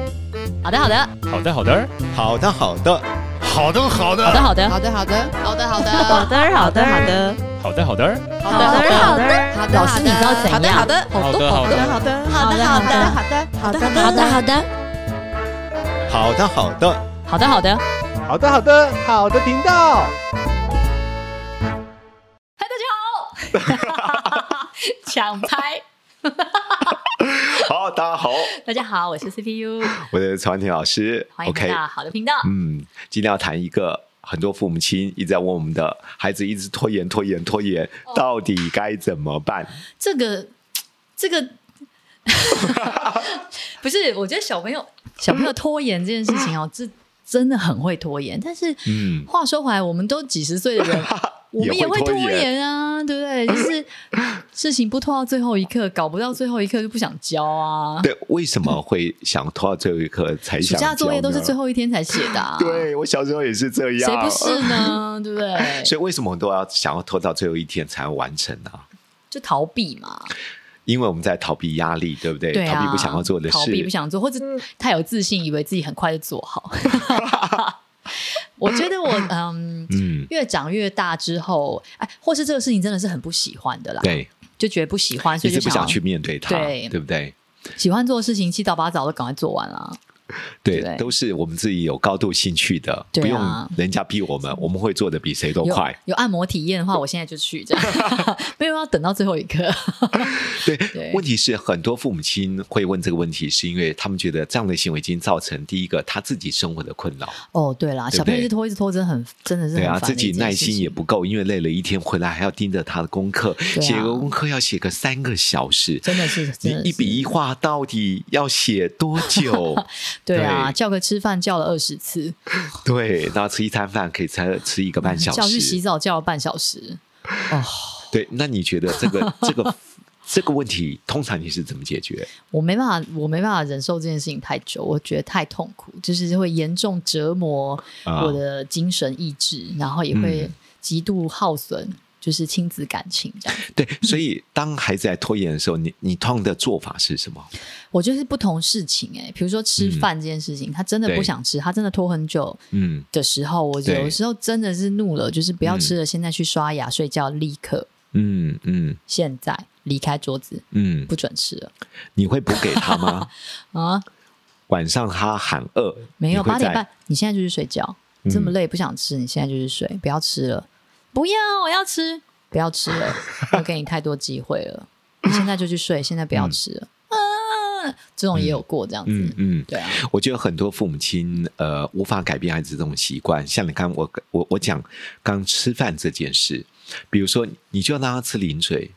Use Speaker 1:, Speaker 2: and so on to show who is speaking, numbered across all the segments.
Speaker 1: 好的，好的，好的，
Speaker 2: 好的，好的，好的，好的，好的，
Speaker 3: 好的，好的，好的，好的，好的，好的，
Speaker 4: 好的，好的，
Speaker 5: 好的，好的，好的，好的，好的，好的，
Speaker 2: 老师你知道怎样？
Speaker 5: 好
Speaker 2: 好
Speaker 5: 的，
Speaker 2: 的，
Speaker 3: 好
Speaker 2: 好
Speaker 3: 的
Speaker 2: 的，
Speaker 5: 好的，
Speaker 2: 好的
Speaker 5: 好
Speaker 2: 好
Speaker 5: 的，
Speaker 2: 的
Speaker 5: 好的，好的，
Speaker 2: 好的，好的，
Speaker 4: 好的，
Speaker 2: 好
Speaker 4: 好的，
Speaker 2: 的，好的。
Speaker 6: 好的，好的，好的频道。
Speaker 2: 嗨，大家好， 抢拍，
Speaker 4: 好，大家好，
Speaker 2: 大家好，我是 CPU，
Speaker 4: 我是曹安婷老师
Speaker 2: 欢迎回
Speaker 4: ，OK，
Speaker 2: 到好的频道。
Speaker 4: 嗯，今天要谈一个很多父母亲一直在问我们的孩子一直拖延、拖延、拖延，
Speaker 2: 哦
Speaker 4: 到底该怎么办？
Speaker 2: 这个，这个， 不是，我觉得小朋友小朋友拖延这件事情 哦，这真的很会拖延。但是，
Speaker 4: 嗯
Speaker 2: 话说回来，我们都几十岁的人， 我们
Speaker 4: 也
Speaker 2: 也会
Speaker 4: 会拖
Speaker 2: 拖
Speaker 4: 延
Speaker 2: 延啊，对不 对？就是事情不拖到最后一刻，搞不到最后一刻就不想交啊。
Speaker 4: 对，为什么会想拖到最后一刻才
Speaker 2: 暑
Speaker 4: 想？
Speaker 2: 假作业都是最。后一天才写的、啊，，
Speaker 4: 对我小时候也是这样，
Speaker 2: 谁不是呢？对不 对？
Speaker 4: 所以为什么都要想要拖到最后一天才完成呢、
Speaker 2: 就逃避嘛，
Speaker 4: 因为我们在逃避压力，对不对？
Speaker 2: 对啊，
Speaker 4: 逃避不想要做的事，
Speaker 2: 逃避不想做，或者太有自信，以为自己很快就做好。我觉得我嗯，
Speaker 4: 嗯，
Speaker 2: 越长越大之后，哎，或是这个事情真的是很不喜欢的啦，
Speaker 4: 对，
Speaker 2: 就觉得不喜欢，所
Speaker 4: 一
Speaker 2: 以
Speaker 4: 直
Speaker 2: 就
Speaker 4: 不想去面对它，
Speaker 2: 对
Speaker 4: 不对？
Speaker 2: 喜欢做的事情，七早八早都赶快做完了。
Speaker 4: 对，
Speaker 2: 对
Speaker 4: 都是我们自己有高度兴趣的，
Speaker 2: 对啊
Speaker 4: 不用人家逼我们，我们会做的比谁都
Speaker 2: 有
Speaker 4: 快。
Speaker 2: 有按摩体验的话，我现在就去，这样没有要等到最后一刻。
Speaker 4: 对，
Speaker 2: 对
Speaker 4: 问题是很多父母亲会问这个问题，是因为他们觉得这样的行为已经造成第一个他自己生活的困扰，
Speaker 2: 哦，对啦，
Speaker 4: 对
Speaker 2: 小
Speaker 4: 不对
Speaker 2: 朋友一直拖一直拖，真的很真的是很
Speaker 4: 对啊，
Speaker 2: 烦的
Speaker 4: 自
Speaker 2: 一
Speaker 4: 己
Speaker 2: 件
Speaker 4: 耐
Speaker 2: 事
Speaker 4: 心
Speaker 2: 情
Speaker 4: 也不够，因为累了一天回来还要盯着他的功课，
Speaker 2: 啊
Speaker 4: 写个功课要写个三个小时，
Speaker 2: 真的是
Speaker 4: 你
Speaker 2: 真的
Speaker 4: 一笔
Speaker 2: 是
Speaker 4: 一画到底要写多 久？
Speaker 2: 对啊，
Speaker 4: 对
Speaker 2: 叫个吃饭叫了二十次，
Speaker 4: 对，那吃一餐饭可以才吃一个半小
Speaker 2: 叫去洗
Speaker 4: 时。
Speaker 2: 澡叫了半小时。哦，
Speaker 4: 对，那你觉得这个这个这个问题，通常你是怎么解决？
Speaker 2: 我没办法，我没办法忍受这件事情太久，我觉得太痛苦，就是会严重折磨
Speaker 4: 啊
Speaker 2: 我的精神意志，然后也会
Speaker 4: 嗯
Speaker 2: 极度耗损，就是亲子感情这样。
Speaker 4: 对，所以当孩子在拖延的时候，你你通常的做法是什么？
Speaker 2: 我就是不同事情、欸，哎，比如说吃
Speaker 4: 嗯
Speaker 2: 饭这件事情，他真的
Speaker 4: 对
Speaker 2: 不想吃，他真的拖很久
Speaker 4: 嗯，
Speaker 2: 的时候，我
Speaker 4: 对
Speaker 2: 有时候真的是怒了，就是不要吃了，现在去刷牙、睡觉，立刻
Speaker 4: 嗯嗯
Speaker 2: 现在离开桌子，
Speaker 4: 嗯，
Speaker 2: 不准吃了
Speaker 4: 你会补给他吗？
Speaker 2: 啊！
Speaker 4: 晚上他喊饿，
Speaker 2: 没有
Speaker 4: 你会
Speaker 2: 八点
Speaker 4: 在
Speaker 2: 半，，你现在就去睡觉。
Speaker 4: 嗯
Speaker 2: 这么累不想吃，你现在就去睡，不要吃了。不要，我要吃，不要吃 了。我给你太多机会了，你现在就去睡，现在不要吃了。啊，这种也有过这样子。
Speaker 4: 嗯嗯。
Speaker 2: 对啊，
Speaker 4: 我觉得很多父母亲呃无法改变孩子这种习惯，像你刚我我我讲刚吃饭这件事，比如说你就让他吃零嘴，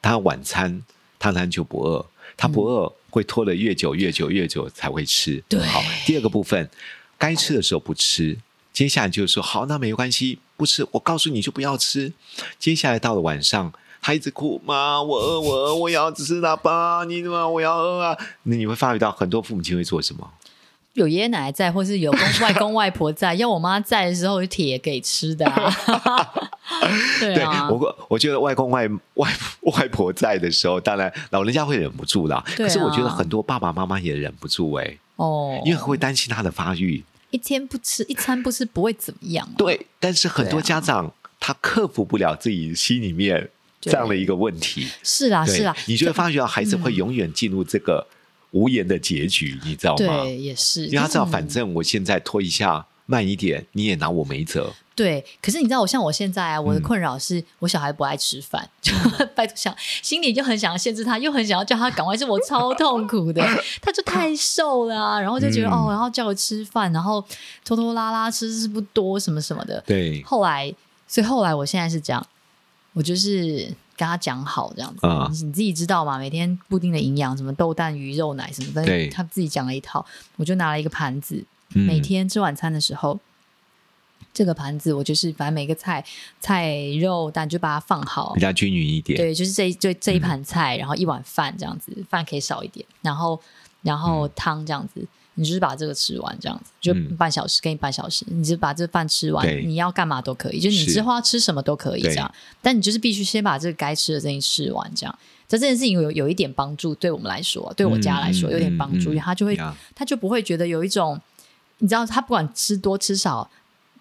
Speaker 4: 他晚餐他当然就不饿，他不饿会拖得越久越久越久才会吃。
Speaker 2: 对
Speaker 4: 好，第二个部分，该吃的时候不吃。接下来就是说，好，那没关系，不吃，我告诉你就不要吃。接下来到了晚上，他一直哭，妈，我饿，我饿，我也要吃了，爸，你怎么我要饿啊？那你会发觉到很多父母亲会做什么？
Speaker 2: 有爷爷奶奶在，或是有公外公外婆在， 要我妈在的时候，铁给吃的、 啊。对
Speaker 4: 对
Speaker 2: 啊，
Speaker 4: 我我觉得外公外 外外婆在的时候，当然老人家会忍不住啦。
Speaker 2: 对啊
Speaker 4: 可是我觉得很多爸爸妈妈也忍不住哎、
Speaker 2: 哦，
Speaker 4: 因为会担心他的发育。
Speaker 2: 一天不吃一餐不吃不会怎么样、啊。
Speaker 4: 对，但是很多
Speaker 2: 对啊
Speaker 4: 家长、他克服不了自己心里面这
Speaker 2: 对
Speaker 4: 样的一个问题。
Speaker 2: 是啦
Speaker 4: 对
Speaker 2: 是啊啦，
Speaker 4: 你就会发觉到孩子
Speaker 2: 嗯
Speaker 4: 会永远进入这个无言的结局，你知道吗？
Speaker 2: 对也是，
Speaker 4: 因为他知道，
Speaker 2: 嗯
Speaker 4: 反正我现在拖一下。慢一点，你也拿我没辙。
Speaker 2: 对，可是你知道，我像我现在啊，我的
Speaker 4: 嗯
Speaker 2: 困扰是我小孩不爱吃饭，就 拜托想心里就很想要限制他，又很想要叫他赶快吃，我超痛苦 的。他就太瘦了啊，然后就觉得、
Speaker 4: 嗯
Speaker 2: 哦，然后叫我吃饭，然后拖拖拉拉吃吃不多什么什么的。
Speaker 4: 对，
Speaker 2: 后来，所以后来我现在是这样，我就是跟他讲好这样子，
Speaker 4: 啊
Speaker 2: 你你自己知道嘛，每天固定的营养，什么豆蛋、鱼肉、奶什么的，但
Speaker 4: 对
Speaker 2: 是他自己讲了一套，我就拿了一个盘子，
Speaker 4: 嗯
Speaker 2: 每天吃晚餐的时候，这个盘子我就是把每个菜、菜、肉、蛋就把它放好
Speaker 4: 比。较均匀一点。
Speaker 2: 哦对，就是这一这这一
Speaker 4: 嗯
Speaker 2: 盘菜，然后一碗饭这样子，饭可以少一点，然后然后汤这样子，你就是把这个吃完，这样子就
Speaker 4: 嗯
Speaker 2: 半小时，给你半小时，你就把这饭吃完
Speaker 4: 对，
Speaker 2: 你要干嘛都可以，就是你
Speaker 4: 是
Speaker 2: 之后要吃什么都可以
Speaker 4: 对
Speaker 2: 这样，但你就是必须先把这个该吃的东西吃完，这样。这这件事情有有一点帮助，对我们来说，对我家来说
Speaker 4: 嗯
Speaker 2: 有点帮助，
Speaker 4: 嗯嗯
Speaker 2: 因为他就会
Speaker 4: 呀
Speaker 2: 他就不会觉得有一种，你知道，他不管吃多吃少，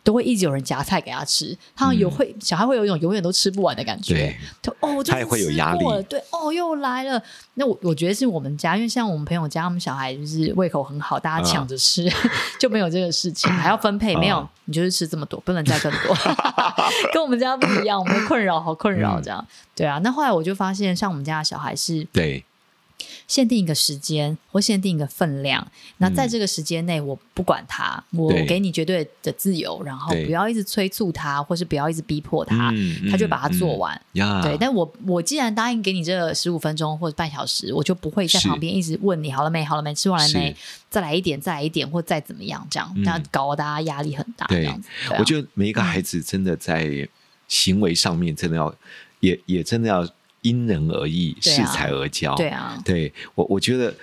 Speaker 2: 都会一直有人夹菜给他吃，他有
Speaker 4: 嗯
Speaker 2: 会、小孩会有一种永远都吃不完的感觉
Speaker 4: 对。
Speaker 2: 就哦，我就
Speaker 4: 他也会有压力
Speaker 2: 吃过了对，哦，又来了。那我我觉得是我们家，因为像我们朋友家，他们小孩就是胃口很好，大家抢着吃，
Speaker 4: 嗯
Speaker 2: 就没有这个事情，还要分配，
Speaker 4: 啊
Speaker 2: 没有，你就是吃这么多，不能再更多， 跟我们家不一样，我们的困扰好困
Speaker 4: 嗯
Speaker 2: 扰这样。对啊，那后来我就发现，像我们家的小孩是
Speaker 4: 对，
Speaker 2: 限定一个时间或限定一个分量，那在这个时间内，我不管他，我
Speaker 4: 嗯对
Speaker 2: 给你绝对的自由，然后
Speaker 4: 对
Speaker 2: 不要一直催促他，或是不要一直逼迫他，
Speaker 4: 嗯
Speaker 2: 啊他就把它做。
Speaker 4: 嗯嗯
Speaker 2: 完。
Speaker 4: 呀，
Speaker 2: 对，但我我既然答应给你这十五分钟或者半小时，我就不会在
Speaker 4: 是
Speaker 2: 旁边一直问你好了没，好了没，吃完了没，再来一点，再来一点，或再怎么样，这样，
Speaker 4: 嗯
Speaker 2: 那、搞得大家压力很大，
Speaker 4: 对
Speaker 2: 这样子。对啊
Speaker 4: 我觉得每一个孩子真的在行为上面，真的要也也真的要因人而异，
Speaker 2: 对啊
Speaker 4: 适才而教。
Speaker 2: 对啊，
Speaker 4: 对我我觉得。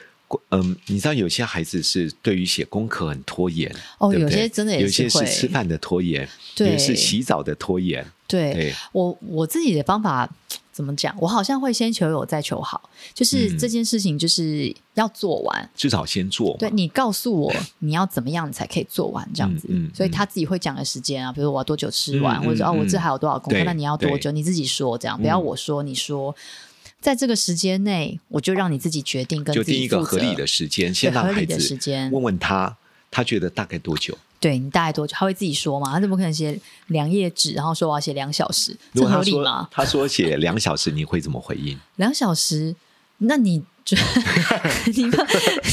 Speaker 4: 嗯，你知道有些孩子是对于写功课很拖延
Speaker 2: 哦
Speaker 4: 对不
Speaker 2: 有
Speaker 4: 对
Speaker 2: 些真的也
Speaker 4: 有
Speaker 2: 是
Speaker 4: 些是
Speaker 2: 会
Speaker 4: 吃饭的拖延，
Speaker 2: 对
Speaker 4: 有些是洗澡的拖延，
Speaker 2: 对，
Speaker 4: 对
Speaker 2: 我我自己的方法怎么讲？我好像会先求有再求好，就是
Speaker 4: 嗯
Speaker 2: 这件事情就是要做完。
Speaker 4: 至少先做嘛。
Speaker 2: 对你告诉我你要怎么样，你才可以做完这样子，
Speaker 4: 嗯嗯
Speaker 2: 所以他自己会讲个时间啊，比如我要多久吃完，
Speaker 4: 嗯嗯
Speaker 2: 或者说哦
Speaker 4: 嗯
Speaker 2: 我这还有多少功课，
Speaker 4: 对嗯
Speaker 2: 那你要多久，你自己说这样，不要我说，你说，在这个时间内，我就让你自己决定跟
Speaker 4: 就
Speaker 2: 自
Speaker 4: 定一
Speaker 2: 己
Speaker 4: 个
Speaker 2: 负责
Speaker 4: 合理的时间，先
Speaker 2: 对
Speaker 4: 让
Speaker 2: 合
Speaker 4: 孩
Speaker 2: 理的时
Speaker 4: 子
Speaker 2: 间
Speaker 4: 问问他，他觉得大概多久？
Speaker 2: 对你大概多久？他会自己说嘛？他怎么可能写两页纸，然后说我要写两小时，这
Speaker 4: 如果
Speaker 2: 合
Speaker 4: 他
Speaker 2: 理吗
Speaker 4: 说？他说写两小时，你会怎么回应？
Speaker 2: 两小时，那你觉你们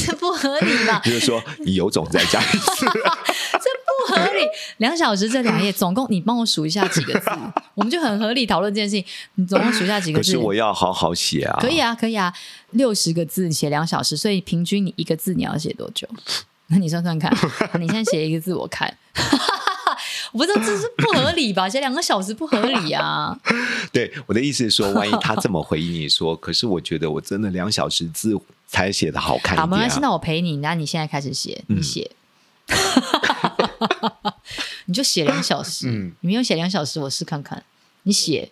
Speaker 2: 这不合理吧？
Speaker 4: 就是说你有种再讲 一次，
Speaker 2: 这不合理。两小时这两页，总共你帮我数一下几个字，啊我们就很合理讨论这件事情。你总共数一下几个
Speaker 4: 可
Speaker 2: 字
Speaker 4: 是？我要好好写啊。
Speaker 2: 可以啊，可以啊，六十个字你写两小时，所以平均你一个字你要写多久？那你算算看，你现在写一个字我看， 我不知道这是不合理吧？写两个小时不合理啊！
Speaker 4: 对，我的意思是说，万一他这么回应 你说，可是我觉得我真的两小时字才写的好看
Speaker 2: 好，
Speaker 4: 一
Speaker 2: 没关
Speaker 4: 点、
Speaker 2: 系，
Speaker 4: 啊。
Speaker 2: 那我陪你。那你现在开始写，你
Speaker 4: 嗯
Speaker 2: 写， 你就写两小时。
Speaker 3: 嗯
Speaker 2: 你没有写两小时，我试看看。你写，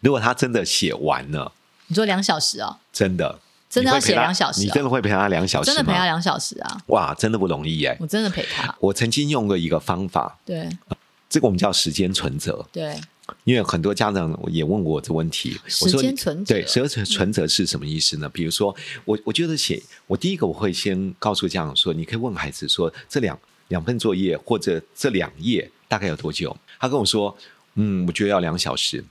Speaker 4: 如果他真的写完了，
Speaker 2: 你说两小时啊、
Speaker 4: 真的
Speaker 2: 真的要
Speaker 4: 你会陪
Speaker 2: 写
Speaker 4: 他
Speaker 2: 两小时啊
Speaker 4: 你真的会陪他两小时
Speaker 2: 真
Speaker 4: 哦吗？
Speaker 2: 的陪他两小时啊，
Speaker 4: 哇，真的不容易哎、
Speaker 2: 我真的陪 他。
Speaker 4: 我曾经用过一个方法，
Speaker 2: 对
Speaker 4: 这个我们叫时间存折，
Speaker 2: 对，
Speaker 4: 因为很多家长也问我这问题，我
Speaker 2: 时
Speaker 4: 说
Speaker 2: 间
Speaker 4: 你
Speaker 2: 存折
Speaker 4: 对，时间存折是什么意思呢？比如说，我我觉得写，我第一个我会先告诉家长说，你可以问孩子说，这两两份作业或者这两页大概有多久？他跟我说，嗯，我觉得要两 小时，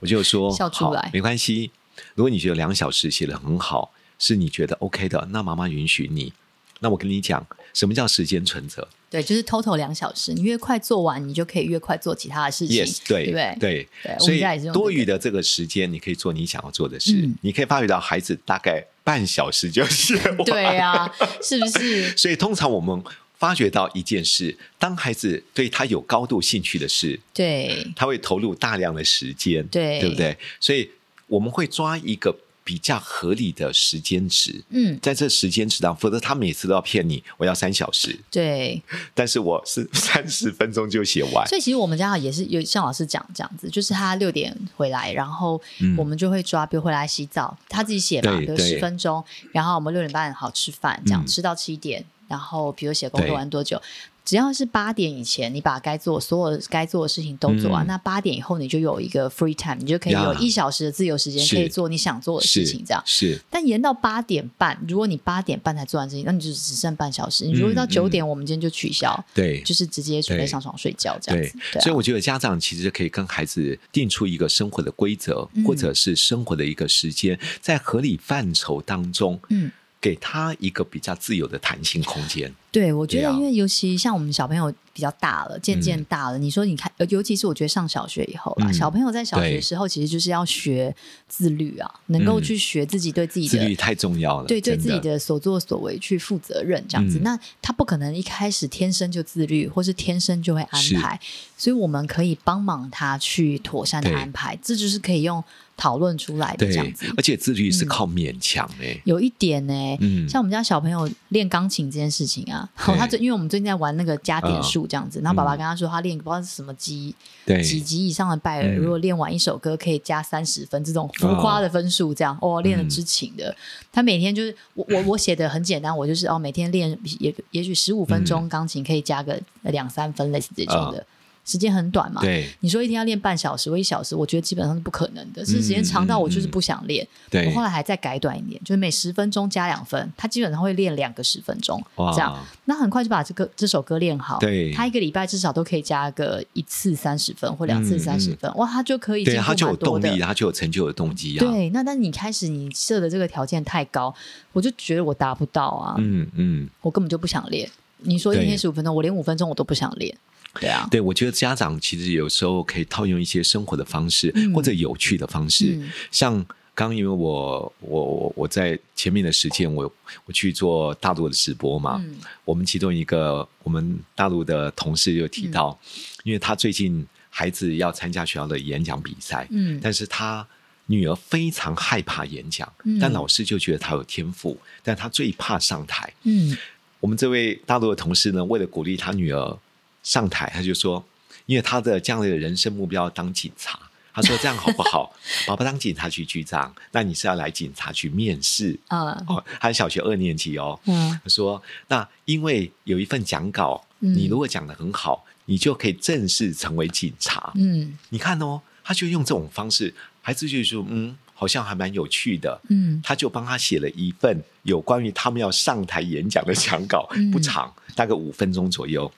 Speaker 4: 我就说
Speaker 2: 笑出来
Speaker 4: 好没关系。如果你觉得两小时写的很好，是你觉得 OK 的，那妈妈允许你。那我跟你讲，什么叫时间存折？
Speaker 2: 对，就是 total 两小时，你越快做完，你就可以越快做其他的事情
Speaker 4: Yes，对
Speaker 2: 对不对？
Speaker 4: 对
Speaker 2: 对我
Speaker 4: 所
Speaker 2: 们
Speaker 4: 以
Speaker 2: 家也是用这个
Speaker 4: 多余的这个时间，你可以做你想要做的事。
Speaker 2: 嗯
Speaker 4: 你可以发觉到孩子大概半小时就 写完。
Speaker 2: 对呀、是不是？
Speaker 4: 所以通常我们发觉到一件事，当孩子对他有高度兴趣的事，
Speaker 2: 对
Speaker 4: 他会投入大量的时间，
Speaker 2: 对
Speaker 4: 对不对？所以我们会抓一个比较合理的时间值。
Speaker 2: 嗯，
Speaker 4: 在这时间值当中，否则他每次都要骗你，我要三小时，
Speaker 2: 对。
Speaker 4: 但是我是三十分钟就写完。
Speaker 2: 所以其实我们家也是有像老师讲这样子，就是他六点回来，然后
Speaker 4: 嗯
Speaker 2: 我们就会抓，比如回来洗澡，他自己写嘛，比
Speaker 4: 对
Speaker 2: 如
Speaker 4: 对
Speaker 2: 十分钟，然后我们六点半好吃饭，这样、
Speaker 4: 嗯
Speaker 2: 吃到七点，然后比如写功课
Speaker 4: 对
Speaker 2: 完多久。只要是八点以前，你把该做所有该做的事情都做完，
Speaker 4: 嗯
Speaker 2: 那八点以后你就有一个 free time，你就可以
Speaker 4: 呀
Speaker 2: 有一小时的自由时间，
Speaker 4: 是
Speaker 2: 可以做你想做的事情。这样，
Speaker 4: 是
Speaker 2: 但延到八点半，如果你八点半才做完事情，那你就只剩半小时。你如果
Speaker 4: 嗯
Speaker 2: 到九
Speaker 4: 嗯
Speaker 2: 点，我们今天就取消，
Speaker 4: 对，
Speaker 2: 就是直接准备
Speaker 4: 对
Speaker 2: 上床睡觉这样子。对啊
Speaker 4: 所以我觉得家长其实可以跟孩子定出一个生活的规则，
Speaker 2: 嗯
Speaker 4: 或者是生活的一个时间，在合理范畴当中，
Speaker 2: 嗯，
Speaker 4: 给他一个比较自由的弹性空间。
Speaker 2: 对，我觉
Speaker 4: 对
Speaker 2: 得，
Speaker 4: 啊
Speaker 2: 因为尤其像我们小朋友比较大了，渐渐大了，你说你看，呃尤其是我觉得上小学以后啦，
Speaker 4: 嗯
Speaker 2: 小朋友在小学
Speaker 4: 对
Speaker 2: 时候其实就是要学自律啊，能够去学自己对自己
Speaker 4: 嗯自
Speaker 2: 的
Speaker 4: 律太重要了，
Speaker 2: 对对
Speaker 4: 真
Speaker 2: 自己的所作所为去负责任这样子。
Speaker 4: 嗯
Speaker 2: 那他不可能一开始天生就自律，或是天生就会安排，所以我们可以帮忙他去妥善的
Speaker 4: 对
Speaker 2: 安排，这就是可以用讨论出来的这样
Speaker 4: 对
Speaker 2: 子。，
Speaker 4: 而且自律是
Speaker 2: 嗯
Speaker 4: 靠勉强哎、
Speaker 2: 有一点欸呢、
Speaker 4: 嗯
Speaker 2: 像我们家小朋友练钢琴这件事情啊，
Speaker 4: 对嗯
Speaker 2: 他最因为我们最近在玩那个加点数这样子，然后爸爸跟他说他练不知道是什么级
Speaker 4: 对，
Speaker 2: 几级以上的拜耳，
Speaker 4: 嗯哦
Speaker 2: 如果练完一首歌可以加三十分这种浮夸的分数，这样哦练的
Speaker 4: 嗯
Speaker 2: 知情的。他每天就是我我我写的很简单，我就是哦每天练也也许十五分
Speaker 4: 嗯
Speaker 2: 钟钢琴可以加个两三分类似这种的，时间很短嘛。
Speaker 4: 哦对
Speaker 2: 你说一天要练半小时或一小时，我觉得基本上是不可能的。是时
Speaker 4: 嗯
Speaker 2: 间长到我就是不想练。
Speaker 4: 对
Speaker 2: 我后来还再改短一点，就是每十分钟加两分，他基本上会练两个十分钟
Speaker 4: 哇
Speaker 2: 这样。那很快就把这个这首歌练好。
Speaker 4: 对
Speaker 2: 他一个礼拜至少都可以加个一次三十分或两次
Speaker 4: 嗯
Speaker 2: 三十分，哇，他就可以
Speaker 4: 对，
Speaker 2: 进步
Speaker 4: 他就有
Speaker 2: 蛮多
Speaker 4: 动
Speaker 2: 的
Speaker 4: 力，他就有成就的动机啊。
Speaker 2: 对，那但你开始你设的这个条件太高，我就觉得我达不到啊，
Speaker 4: 嗯嗯，
Speaker 2: 我根本就不想练。你说一天
Speaker 4: 对
Speaker 2: 十五分钟，我连五分钟我都不想练。对啊，
Speaker 4: 对，我觉得家长其实有时候可以套用一些生活的方式、
Speaker 2: 嗯
Speaker 4: 或者有趣的方式，
Speaker 2: 嗯
Speaker 4: 像。刚因为我我我我在前面的时间我我去做大陆的直播嘛，
Speaker 2: 嗯
Speaker 4: 我们其中一个我们大陆的同事就提到，
Speaker 2: 嗯
Speaker 4: 因为他最近孩子要参加学校的演讲比赛，
Speaker 2: 嗯
Speaker 4: 但是他女儿非常害怕演讲，
Speaker 2: 嗯
Speaker 4: 但老师就觉得他有天赋，但他最怕上台。
Speaker 2: 嗯
Speaker 4: 我们这位大陆的同事呢，为了鼓励他女儿上台，他就说，因为他的将来的人生目标当警察，他说这样好不好？爸爸当警察局局长，那你是要来警察局面试
Speaker 2: 啊
Speaker 4: 哦？他小学二年级哦，
Speaker 2: 嗯
Speaker 4: 他说：“那因为有一份讲稿，
Speaker 2: 嗯
Speaker 4: 你如果讲的很好，你就可以正式成为警察。
Speaker 2: 嗯
Speaker 4: 你看哦，他就用这种方式，孩子就说：‘嗯，好像还蛮有趣的。’
Speaker 2: 嗯
Speaker 4: 他就帮他写了一份有关于他们要上台演讲的讲稿，
Speaker 2: 嗯
Speaker 4: 不长，大概五分钟左右。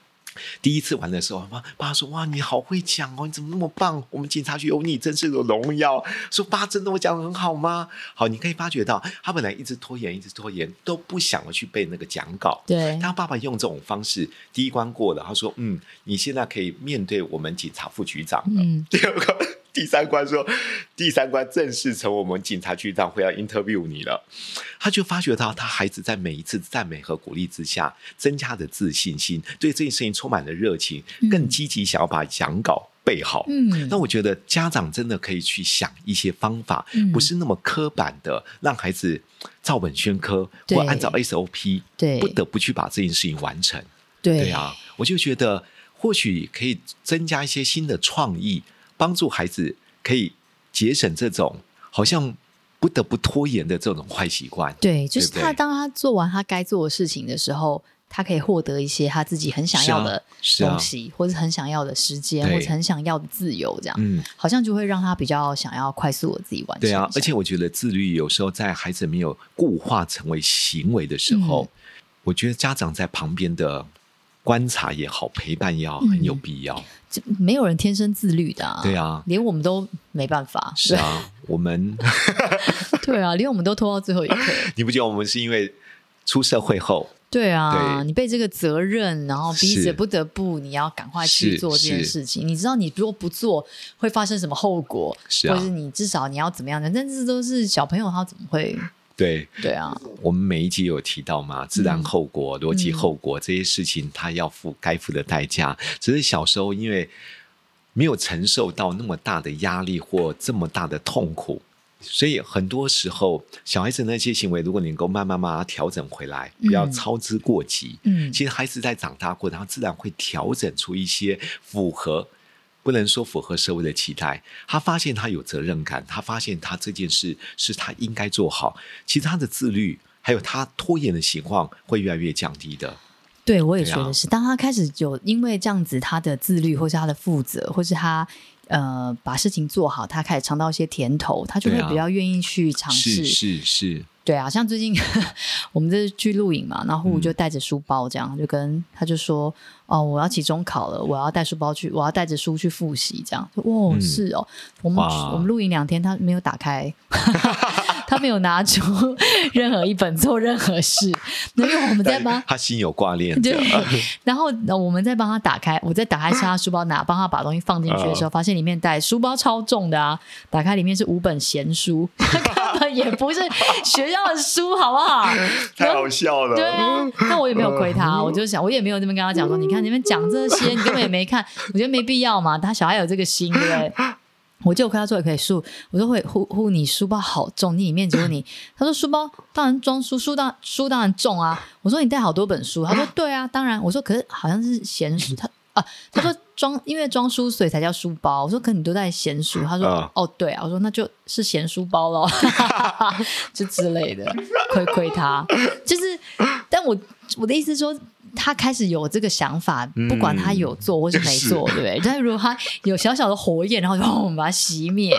Speaker 4: 第一次玩的时候，妈爸说：“哇，你好会讲哦，你怎么那么棒？我们警察局有你，真是有荣耀。”说：“爸，真的我讲的很好吗？”好，你可以发觉到他本来一直拖延，一直拖延，都不想要去背那个讲稿。
Speaker 2: 对，
Speaker 4: 他爸爸用这种方式，第一关过了，他说：“嗯，你现在可以面对我们警察副局长了。
Speaker 2: 嗯
Speaker 4: 第二个、第三关说，第三关正式成为我们警察局长会要 interview 你了。他就发觉到他孩子在每一次赞美和鼓励之下，增加的自信心，对这件事情充满了热情
Speaker 2: 嗯，
Speaker 4: 更积极想要把讲稿背好。
Speaker 2: 嗯
Speaker 4: 那我觉得家长真的可以去想一些方法，
Speaker 2: 嗯
Speaker 4: 不是那么刻板的，让孩子照本宣科
Speaker 2: 对
Speaker 4: 或按照 SOP，
Speaker 2: 对
Speaker 4: 不得不去把这件事情完成。
Speaker 2: 对
Speaker 4: 对啊，我就觉得或许可以增加一些新的创意，帮助孩子可以节省这种好像不得不拖延的这种坏习惯。
Speaker 2: 对，就是
Speaker 4: 对不对
Speaker 2: 他当他做完他该做的事情的时候，他可以获得一些他自己很想
Speaker 4: 是啊
Speaker 2: 要的
Speaker 4: 是啊
Speaker 2: 东西，或者很想要的时间，
Speaker 4: 对
Speaker 2: 或者很想要的自由，这样，
Speaker 4: 嗯，
Speaker 2: 好像就会让他比较想要快速的自己完成一
Speaker 4: 对
Speaker 2: 下。
Speaker 4: 啊，而且我觉得自律有时候在孩子没有固化成为行为的时候，
Speaker 2: 嗯
Speaker 4: 我觉得家长在旁边的观察也好，陪伴也好，很有必要。
Speaker 2: 这没有人天生自律的、啊，
Speaker 4: 对啊
Speaker 2: 连我们都没办法，
Speaker 4: 是啊，我们
Speaker 2: 对啊，连我们都拖到最后一刻，
Speaker 4: 你不觉得我们是因为出社会后
Speaker 2: 对啊，
Speaker 4: 对
Speaker 2: 你被这个责任，然后逼着
Speaker 4: 是
Speaker 2: 不得不，你要赶快去
Speaker 4: 是
Speaker 2: 做这件
Speaker 4: 是
Speaker 2: 事情。你知道，你如果不做，会发生什么后果？
Speaker 4: 是啊
Speaker 2: 或者是你至少你要怎么样的？但这都是小朋友，他怎么会？
Speaker 4: 对
Speaker 2: 对啊，
Speaker 4: 我们每一集有提到嘛，自然后果、逻辑后果这些事情，他要付该付的代价。只是小时候因为没有承受到那么大的压力或这么大的痛苦，所以很多时候小孩子那些行为，如果你能够慢慢慢慢调整回来，不要
Speaker 2: 嗯
Speaker 4: 操之过急，
Speaker 2: 嗯
Speaker 4: 其实孩子在长大过程，他自然会调整出一些符合，不能说符合社会的期待。他发现他有责任感，他发现他这件事是他应该做好。其实他的自律，还有他拖延的情况，会越来越降低的。
Speaker 2: 对我也
Speaker 4: 对
Speaker 2: 觉
Speaker 4: 啊
Speaker 2: 得是。当他开始有因为这样子，他的自律，或是他的负责，或是他呃把事情做好，他开始尝到一些甜头，他就会
Speaker 4: 对啊
Speaker 2: 比较愿意去尝试。
Speaker 4: 是是是，
Speaker 2: 对啊，像最近我们这是去露营嘛，然后呼呼就带着书包这样，就跟他就说：“哦，我要期中考了，我要带书包去，我要带着书去复习。”这样，就哇、哦
Speaker 4: 嗯
Speaker 2: 是哦，我们
Speaker 4: 哇
Speaker 2: 我们露营两天，他没有打开， 他没有拿出 任何一本做任何 事，因为我们在帮。
Speaker 4: 他心有挂念
Speaker 2: 对
Speaker 4: 的，，
Speaker 2: 然后我们再帮他打开，我再打开是他书包拿，帮他把东西放进去的时候，发现里面带书包超重的啊！打开里面是五本闲书， 他根本也不是学校的书，好不好？
Speaker 4: 太好笑
Speaker 2: 对
Speaker 4: 了。嗯
Speaker 2: 啊，那我也没有亏他，我就想，我也没有这边跟他讲说，你看你们讲这些，你根本也没看，我觉得没必要嘛。他小孩有这个心，对不对？我就有跟他说也可以书，我说会呼呼你书包好重，你里面只有你。他说书包当然装书，书当书当然重啊。我说你带好多本书，他说对啊，当然。我说可是好像是闲书，他啊，他说装因为装书所以才叫书包。我说可你都带闲书，他说、
Speaker 4: 啊
Speaker 2: 哦对啊，我说那就是闲书包喽，就之类的，亏亏他。就是，但我我的意思是说，他开始有这个想法，不管他有做或是没做，对不对？但如果他有小小的火焰，然后就帮我们把它熄灭，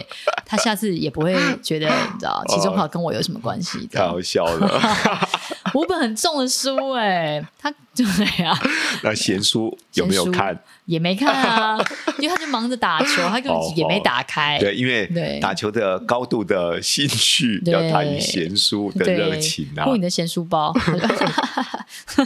Speaker 2: 他下次也不会觉得你知道期中考跟我有什么关系。这
Speaker 4: 太
Speaker 2: 样
Speaker 4: 哦好笑了！
Speaker 2: 五本很重的书、哎，他 对啊，
Speaker 4: 那贤叔有没有
Speaker 2: 闲书
Speaker 4: 看？
Speaker 2: 也没看啊，因为他就忙着打球，他根本也没打开。
Speaker 4: 哦对，因
Speaker 2: 对
Speaker 4: 为打球的高度的兴趣
Speaker 2: 对
Speaker 4: 要大于贤叔的
Speaker 2: 对，
Speaker 4: 热情啊
Speaker 2: 护！你的闲书包，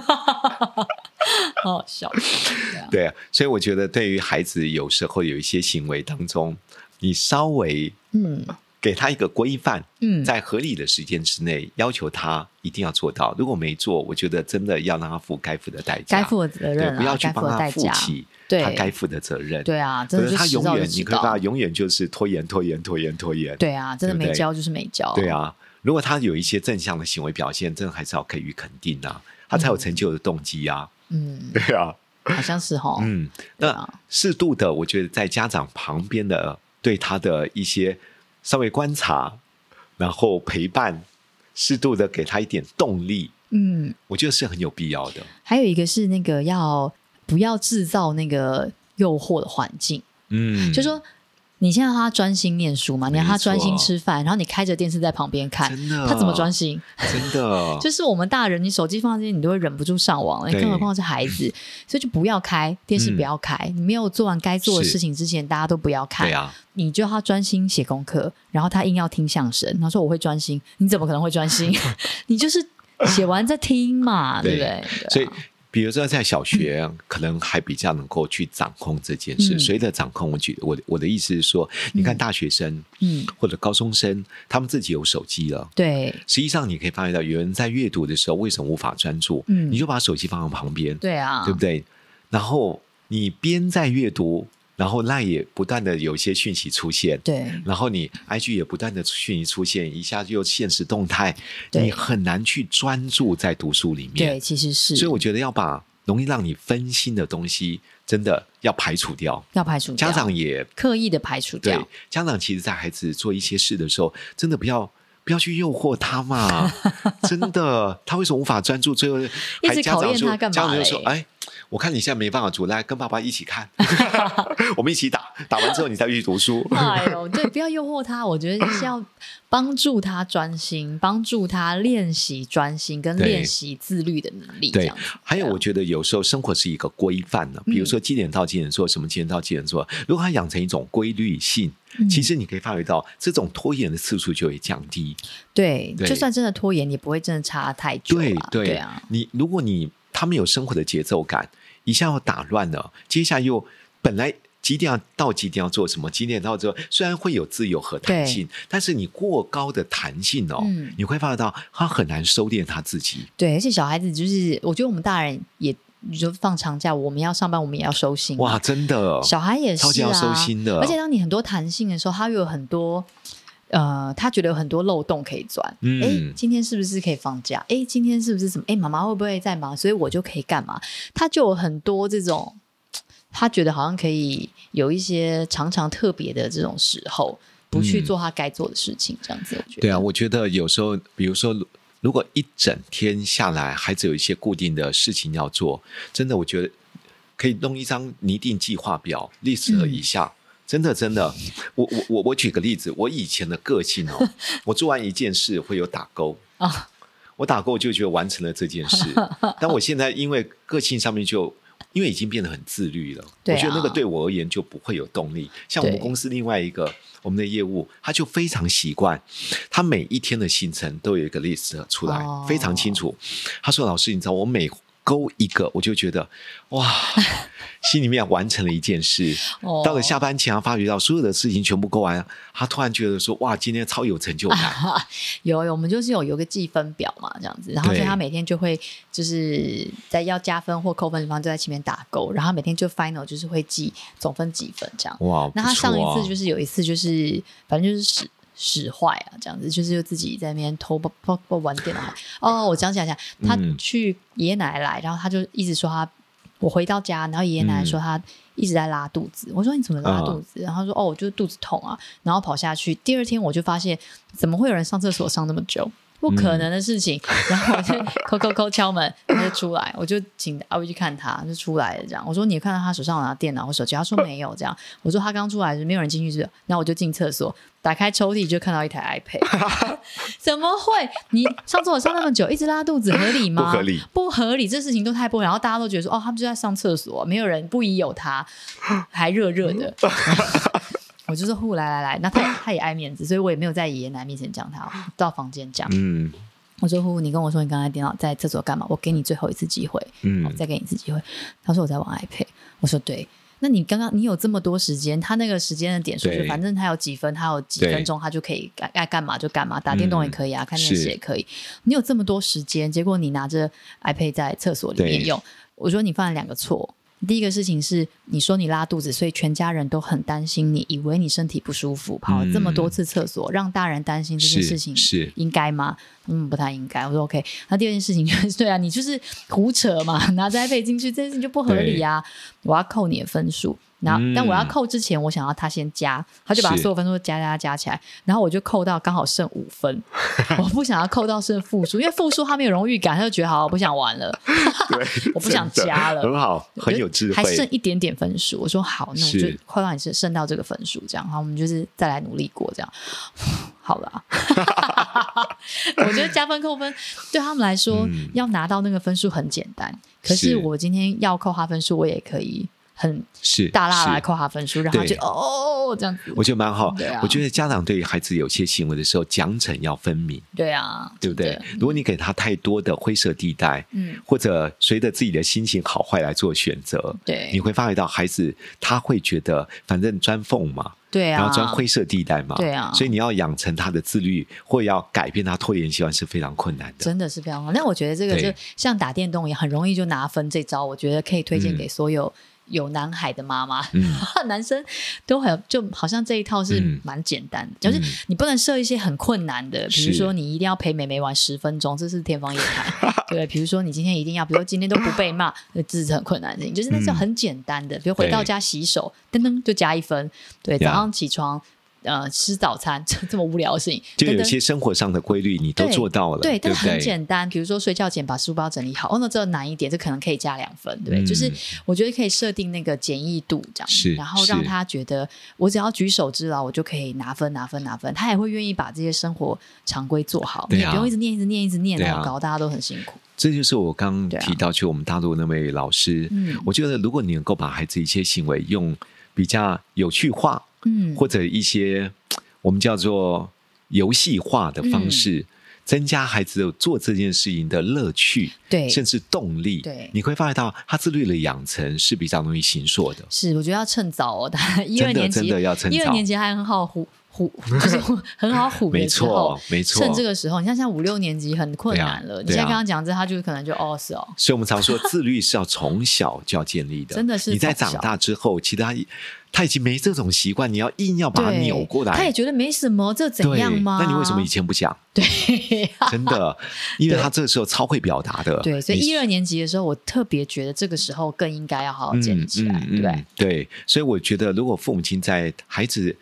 Speaker 2: 好好笑。啊
Speaker 4: 对，啊所以我觉得对于孩子，有时候有一些行为当中，你稍微
Speaker 2: 嗯
Speaker 4: 给他一个规范，
Speaker 2: 嗯，
Speaker 4: 在合理的时间之内，要求他一定要做到。如果没做，我觉得真的要让他付该付的代价，
Speaker 2: 该付的责
Speaker 4: 对，
Speaker 2: 任
Speaker 4: 不要
Speaker 2: 啊，
Speaker 4: 去
Speaker 2: 该付
Speaker 4: 帮
Speaker 2: 的
Speaker 4: 他
Speaker 2: 代
Speaker 4: 负
Speaker 2: 价，
Speaker 4: 起
Speaker 2: 对
Speaker 4: 他该负的责任。
Speaker 2: 对啊，真
Speaker 4: 可
Speaker 2: 的
Speaker 4: 是
Speaker 2: 就
Speaker 4: 他
Speaker 2: 迟
Speaker 4: 永
Speaker 2: 早就
Speaker 4: 远，你
Speaker 2: 知
Speaker 4: 看
Speaker 2: 道
Speaker 4: 他。永远就是拖延、拖延、拖延、拖延。
Speaker 2: 对啊，真的
Speaker 4: 对不
Speaker 2: 没
Speaker 4: 对
Speaker 2: 教就是没教。
Speaker 4: 对，啊，如果他有一些正向的行为表现，真的还是要给予肯定啊，他才有成就的动机啊。
Speaker 2: 嗯，
Speaker 4: 对啊，
Speaker 2: 好像是哈。
Speaker 4: 嗯，
Speaker 2: 对
Speaker 4: 那
Speaker 2: 啊
Speaker 4: 适度的，我觉得在家长旁边的对他的一些稍微观察，然后陪伴，适度的给他一点动力，
Speaker 2: 嗯，
Speaker 4: 我觉得是很有必要的。
Speaker 2: 还有一个是那个要不要制造那个诱惑的环境，
Speaker 4: 嗯，
Speaker 2: 就说你先让他专心念书嘛，你让他
Speaker 4: 没错
Speaker 2: 专心吃饭，然后你开着电视在旁边看，
Speaker 4: 真的，哦
Speaker 2: 他怎么专
Speaker 4: 心？
Speaker 2: 心？
Speaker 4: 真的，
Speaker 2: 就是我们大人，你手机放在这，你都会忍不住上网了，你
Speaker 4: 对
Speaker 2: 更何况是孩子，所以就不要开电视，
Speaker 4: 嗯
Speaker 2: 不要开。你没有做完该做的
Speaker 4: 是
Speaker 2: 事情之前，大家都不要看。
Speaker 4: 对啊，
Speaker 2: 你就要他专心写功课，然后他硬要听相声，他说我会专心，你怎么可能会专 心？你就是写完再听嘛，对
Speaker 4: 对
Speaker 2: 不对？对啊
Speaker 4: 所以。比如说，在小学可能还比较能够去掌控这件事。
Speaker 2: 嗯
Speaker 4: 谁的掌控，我觉我的我的意思是说，你看大学生，
Speaker 2: 嗯
Speaker 4: 或者高中生，他们自己有手机了，
Speaker 2: 对
Speaker 4: 实际上你可以发现到，有人在阅读的时候为什么无法专注？
Speaker 2: 嗯
Speaker 4: 你就把手机放在旁边，
Speaker 2: 对啊，
Speaker 4: 对不对？然后你边在阅读，然后那也不断的有一些讯息出现。
Speaker 2: 对
Speaker 4: 然后你 IG 也不断的讯息出现，一下就现实动态，
Speaker 2: 对
Speaker 4: 你很难去专注在读书里面
Speaker 2: 对，。其实是，
Speaker 4: 所以我觉得要把容易让你分心的东西，真的要排除掉。
Speaker 2: 要排除掉
Speaker 4: 家长也
Speaker 2: 刻意的排除
Speaker 4: 对
Speaker 2: 掉，
Speaker 4: 家长其实，在孩子做一些事的时候，真的不要不要去诱惑他 嘛，真的，他为什么无法专注？最后
Speaker 2: 一
Speaker 4: 还
Speaker 2: 直
Speaker 4: 家
Speaker 2: 考
Speaker 4: 长
Speaker 2: 验
Speaker 4: 说，
Speaker 2: 他干嘛欸
Speaker 4: 家长就说
Speaker 2: 嘞：“
Speaker 4: 哎，我看你现在没办法煮，来跟爸爸一 起看，我们一起打，打完之后你再去读书。
Speaker 2: 哎呦，对，不要诱惑他。我觉得是要帮助他专 心，帮助他练习专心跟
Speaker 4: 对
Speaker 2: 练习自律的能力。这
Speaker 4: 对
Speaker 2: 样子，
Speaker 4: 还有
Speaker 2: 对啊嗯
Speaker 4: 我觉得有时候生活是一个规范的，比如说几点到几点做什么，几点到几点做。如果他养成一种规律性，
Speaker 2: 嗯
Speaker 4: 其实你可以发觉到这种拖延的次数就会降低。
Speaker 2: 对，
Speaker 4: 对
Speaker 2: 就算真的拖延，也不会真的差太久
Speaker 4: 对
Speaker 2: 啦。
Speaker 4: 对
Speaker 2: 啊，
Speaker 4: 你如果你他们有生活的节奏感，一下要打乱了，接下来又本来。几点要到几点要做什么？几点到之后，虽然会有自由和弹性，但是你过高的弹性哦，
Speaker 2: 嗯
Speaker 4: 你会发觉到他很难收敛他自己。
Speaker 2: 对，而且小孩子就是，我觉得我们大人也，你就放长假，我们要上班，我们也要收心。啊
Speaker 4: 哇，，真的，
Speaker 2: 小孩也是、啊、
Speaker 4: 超级要收心的
Speaker 2: 而且当你很多弹性的时候，他有很多。呃，他觉得有很多漏洞可以钻。哎、
Speaker 4: 嗯
Speaker 2: 今天是不是可以放假？哎，今天是不是什么？哎，妈妈会不会在忙？所以我就可以干嘛？他就有很多这种，他觉得好像可以有一些常常特别的这种时候，不去
Speaker 4: 嗯
Speaker 2: 做他该做的事情，这样子我觉得。
Speaker 4: 对啊，我觉得有时候，比如说，如果一整天下来，孩子有一些固定的事情要做，真的，我觉得可以弄一张拟定计划表，list
Speaker 2: 嗯
Speaker 4: 一下。真的，真的，我我我我举个例子，我以前的个 性哦，我做完一件事会有打勾
Speaker 2: 啊
Speaker 4: 我打勾就觉得完成了这件事，但我现在因为个性上面就因为已经变得很自律了。
Speaker 2: 对啊
Speaker 4: 我觉得那个对我而言就不会有动力。像我们
Speaker 2: 对
Speaker 4: 公司另外一个我们的业务，他就非常习惯，他每一天的行程都有一个 list 出来，
Speaker 2: 哦
Speaker 4: 非常清楚。他说：“老师，你知道我每勾一个，我就觉得 哇，心里面完成了一件事。
Speaker 2: 哦
Speaker 4: 到了下班前，他发觉到所有的事情全部勾完，他突然觉得说：哇，今天超有成就感。
Speaker 2: 啊有有，我们就是有有个计分表嘛，这样子，然后所以
Speaker 4: 对
Speaker 2: 他每天就会就是在要加分或扣分的地方就在前面打勾，然后每天就 final 就是会记总分几分这样。
Speaker 4: 哇，
Speaker 2: 那他
Speaker 4: 哦不错
Speaker 2: 上一次
Speaker 4: 啊
Speaker 2: 就是有一次就是反正就是使使坏啊，这样子，就是自己在那边偷不不不玩电脑。 哦，我讲起来讲，他
Speaker 4: 嗯
Speaker 2: 去爷爷奶奶来，然后他就一直说他。我回到家，然后爷爷
Speaker 4: 嗯
Speaker 2: 奶奶说他一直在拉肚子。我说你怎么拉肚子？然后他说哦，我就是肚子痛啊。然后跑下去，第二天我就发现怎么会有人上厕所上那么久？不可能的事情。然后我就扣扣扣敲门，他就出来，我就请阿威去看他，就出来了。这样我说你有看到他手上拿电脑或手机，他说没有。这样我说他刚出来，没有人进去是不是，然后我就进厕所，打开抽屉就看到一台 iPad。怎 么会？你上厕所上那么久，一直拉肚子，合理吗？
Speaker 4: 不合理，
Speaker 2: 不合理，这事情都太不合理。然后大家都觉得说，哦，他们就在上厕所，没有人不疑有 他，还热热的。我就说呼来来来，那他也他也爱面子，所以我也没有在爷爷奶奶面前讲他，到房间讲。
Speaker 4: 嗯
Speaker 2: 我说：“呼呼，你跟我说你刚才电脑在厕所干嘛？我给你最后一次机会，我
Speaker 4: 嗯，
Speaker 2: 再给你一次机会。”他说：“我在玩 iPad。”我说：“对，那你刚刚你有这么多时间，他那个时间的点数
Speaker 4: 对
Speaker 2: 就是反正他有几分，他有几分钟，他就可以该该干嘛就干嘛，打电动也可以啊，看电视
Speaker 4: 嗯是
Speaker 2: 也可以。你有这么多时间，结果你拿着 iPad 在厕所里面
Speaker 4: 对
Speaker 2: 用，我说你犯了两个错。”第一个事情是，你说你拉肚子，所以全家人都很担心你，以为你身体不舒服，跑了这么多次厕所，让大人担心这件
Speaker 4: 嗯是
Speaker 2: 事情
Speaker 4: 是
Speaker 2: 应该吗？嗯，不太应该。我说 OK。那第二件事情就是，对啊，你就是胡扯嘛，拿着 iPad 进去，这件事情就不合理啊！我要扣你的分数，然后、
Speaker 4: 嗯
Speaker 2: 但我要扣之前，我想要他先加，他就把
Speaker 4: 是
Speaker 2: 所有分数都加加加起来，然后我就扣到刚好剩五 分，我不想要扣到剩负数，因为负数他没有荣誉感，他就觉得好，我不想玩了，我不想
Speaker 4: 真的
Speaker 2: 加了，
Speaker 4: 很好，很有智慧，
Speaker 2: 还剩一点点分数。我说好，那我就是快让你剩剩到这个分数，这样，好，我们就是再来努力过，这样， 好了 啊。我觉得加分扣分对他们来说，
Speaker 4: 嗯
Speaker 2: 要拿到那个分数很简单，可是
Speaker 4: 是
Speaker 2: 我今天要扣他分数，我也可以很
Speaker 4: 是
Speaker 2: 大
Speaker 4: 是
Speaker 2: 大来扣他分数，然后他就
Speaker 4: 对
Speaker 2: 哦这样子，
Speaker 4: 我觉得蛮好
Speaker 2: 对啊。
Speaker 4: 我觉得家长对于孩子有些行为的时候，奖惩要分明，
Speaker 2: 对啊，
Speaker 4: 对不对
Speaker 2: 真的？
Speaker 4: 如果你给他太多的灰色地带，
Speaker 2: 嗯，
Speaker 4: 或者随着自己的心情好坏来做选择，
Speaker 2: 对
Speaker 4: 你会发觉到孩子他会觉得反正钻缝嘛，
Speaker 2: 对啊，
Speaker 4: 然后钻灰色地带嘛，
Speaker 2: 对啊
Speaker 4: 所以你要养成他的自律，或要改变他拖延习惯是非常困难的。
Speaker 2: 真的是非常好。那我觉得这个
Speaker 4: 对
Speaker 2: 就像打电动也很容易就拿分这招，我觉得可以推荐
Speaker 4: 嗯
Speaker 2: 给所有有男孩的妈妈，
Speaker 4: 嗯
Speaker 2: 男生都很就好像这一套是
Speaker 4: 嗯
Speaker 2: 蛮简单的，就是你不能设一些很困难的，比如
Speaker 4: 是
Speaker 2: 说你一定要陪美眉玩十分钟，这是天方夜 谭。对，比如说你今天一定要，比如说今天都不被骂，呃这是很困难的事情，就是那是
Speaker 4: 嗯
Speaker 2: 很简单的，比如回
Speaker 4: 对
Speaker 2: 到家洗手，噔噔就加一分，对，
Speaker 4: 呀
Speaker 2: 早上起床。呃，吃早餐这这么无聊的事情，
Speaker 4: 就
Speaker 2: 噔
Speaker 4: 有
Speaker 2: 噔
Speaker 4: 些生活上的规律，你都
Speaker 2: 对
Speaker 4: 做到了，
Speaker 2: 对，但
Speaker 4: 不
Speaker 2: 很
Speaker 4: 对？
Speaker 2: 简单，比如说睡觉前把书包整理好，哦，那这难一点，这可能可以加两分，对不对？
Speaker 4: 嗯
Speaker 2: 就是我觉得可以设定那个简易度这样，
Speaker 4: 是
Speaker 2: 然后让
Speaker 4: 是
Speaker 2: 他觉得我只要举手之劳，我就可以拿分、拿分、拿分，他也会愿意把这些生活常规做好，
Speaker 4: 对
Speaker 2: 你也
Speaker 4: 啊
Speaker 2: 不用一直念、一直念、一直念，
Speaker 4: 对
Speaker 2: 然后
Speaker 4: 啊
Speaker 2: 搞得大家都很辛苦。
Speaker 4: 这就是我刚
Speaker 2: 对啊
Speaker 4: 提到，就我们大陆那位老师，
Speaker 2: 嗯
Speaker 4: 我觉得如果你能够把孩子一些行为用比较有趣化，
Speaker 2: 嗯，
Speaker 4: 或者一些嘖我们叫做游戏化的方式，
Speaker 2: 嗯
Speaker 4: 增加孩子做这件事情的乐趣，
Speaker 2: 对
Speaker 4: 甚至动力，
Speaker 2: 对
Speaker 4: 你会发现到他自律的养成是比较容易形塑的。
Speaker 2: 是，我觉得要趁早哦， 大家一二
Speaker 4: 真的
Speaker 2: 年级
Speaker 4: 真的要趁
Speaker 2: 一二
Speaker 4: 早
Speaker 2: 年级还很好唬唬， 就是唬很好唬的
Speaker 4: 没
Speaker 2: 时候
Speaker 4: 错，没错
Speaker 2: 趁这个时候，你像像五六年级很困
Speaker 4: 对啊
Speaker 2: 难了，你
Speaker 4: 对
Speaker 2: 现在
Speaker 4: 啊
Speaker 2: 刚刚讲这，他就可能就哦是哦，
Speaker 4: 所以，我们常说自律是要从小就要建立 的。
Speaker 2: 真的是
Speaker 4: 你在
Speaker 2: 从小
Speaker 4: 长大之后，其他他已经没这种习惯，你要硬要把它
Speaker 2: 对
Speaker 4: 扭过来，
Speaker 2: 他也觉得没什么，这怎
Speaker 4: 对
Speaker 2: 样吗？
Speaker 4: 那你为什么以前不讲？
Speaker 2: 对
Speaker 4: 真的，因为他这个时候超会表达的。
Speaker 2: 对，所以
Speaker 4: 你
Speaker 2: 一二年级的时候，我特别觉得这个时候更应该要好好
Speaker 4: 嗯
Speaker 2: 建立起来，对不对？
Speaker 4: 对，所以我觉得，如果父母亲在孩子，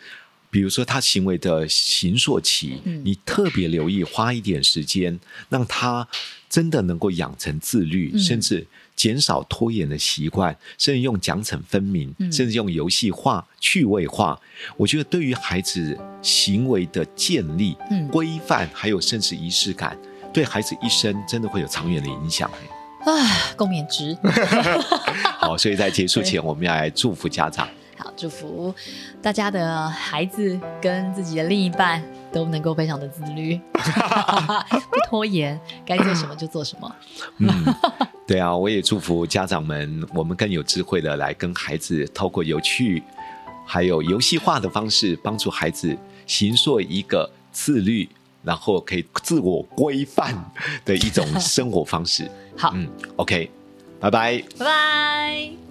Speaker 4: 比如说他行为的形塑期，
Speaker 2: 嗯
Speaker 4: 你特别留意，花一点时间，让他真的能够养成自律，
Speaker 2: 嗯
Speaker 4: 甚至减少拖延的习惯，甚至用奖惩分明，
Speaker 2: 嗯
Speaker 4: 甚至用游戏化、趣味化。我觉得对于孩子行为的建立、
Speaker 2: 嗯
Speaker 4: 规范，还有甚至仪式感，对孩子一生真的会有长远的影响。
Speaker 2: 啊，共勉 值。
Speaker 4: 好，所以在结束前，我们要来祝福家长。
Speaker 2: 好，祝福大家的孩子跟自己的另一半都能够非常的自 律， 不拖延，该做什么就做什么。
Speaker 4: 嗯，对啊，我也祝福家长们，我们更有智慧的来跟孩子透过有趣还有游戏化的方式，帮助孩子形塑一个自律，然后可以自我规范的一种生活方式。
Speaker 2: 好，
Speaker 4: 嗯，OK，拜拜。
Speaker 2: 拜拜。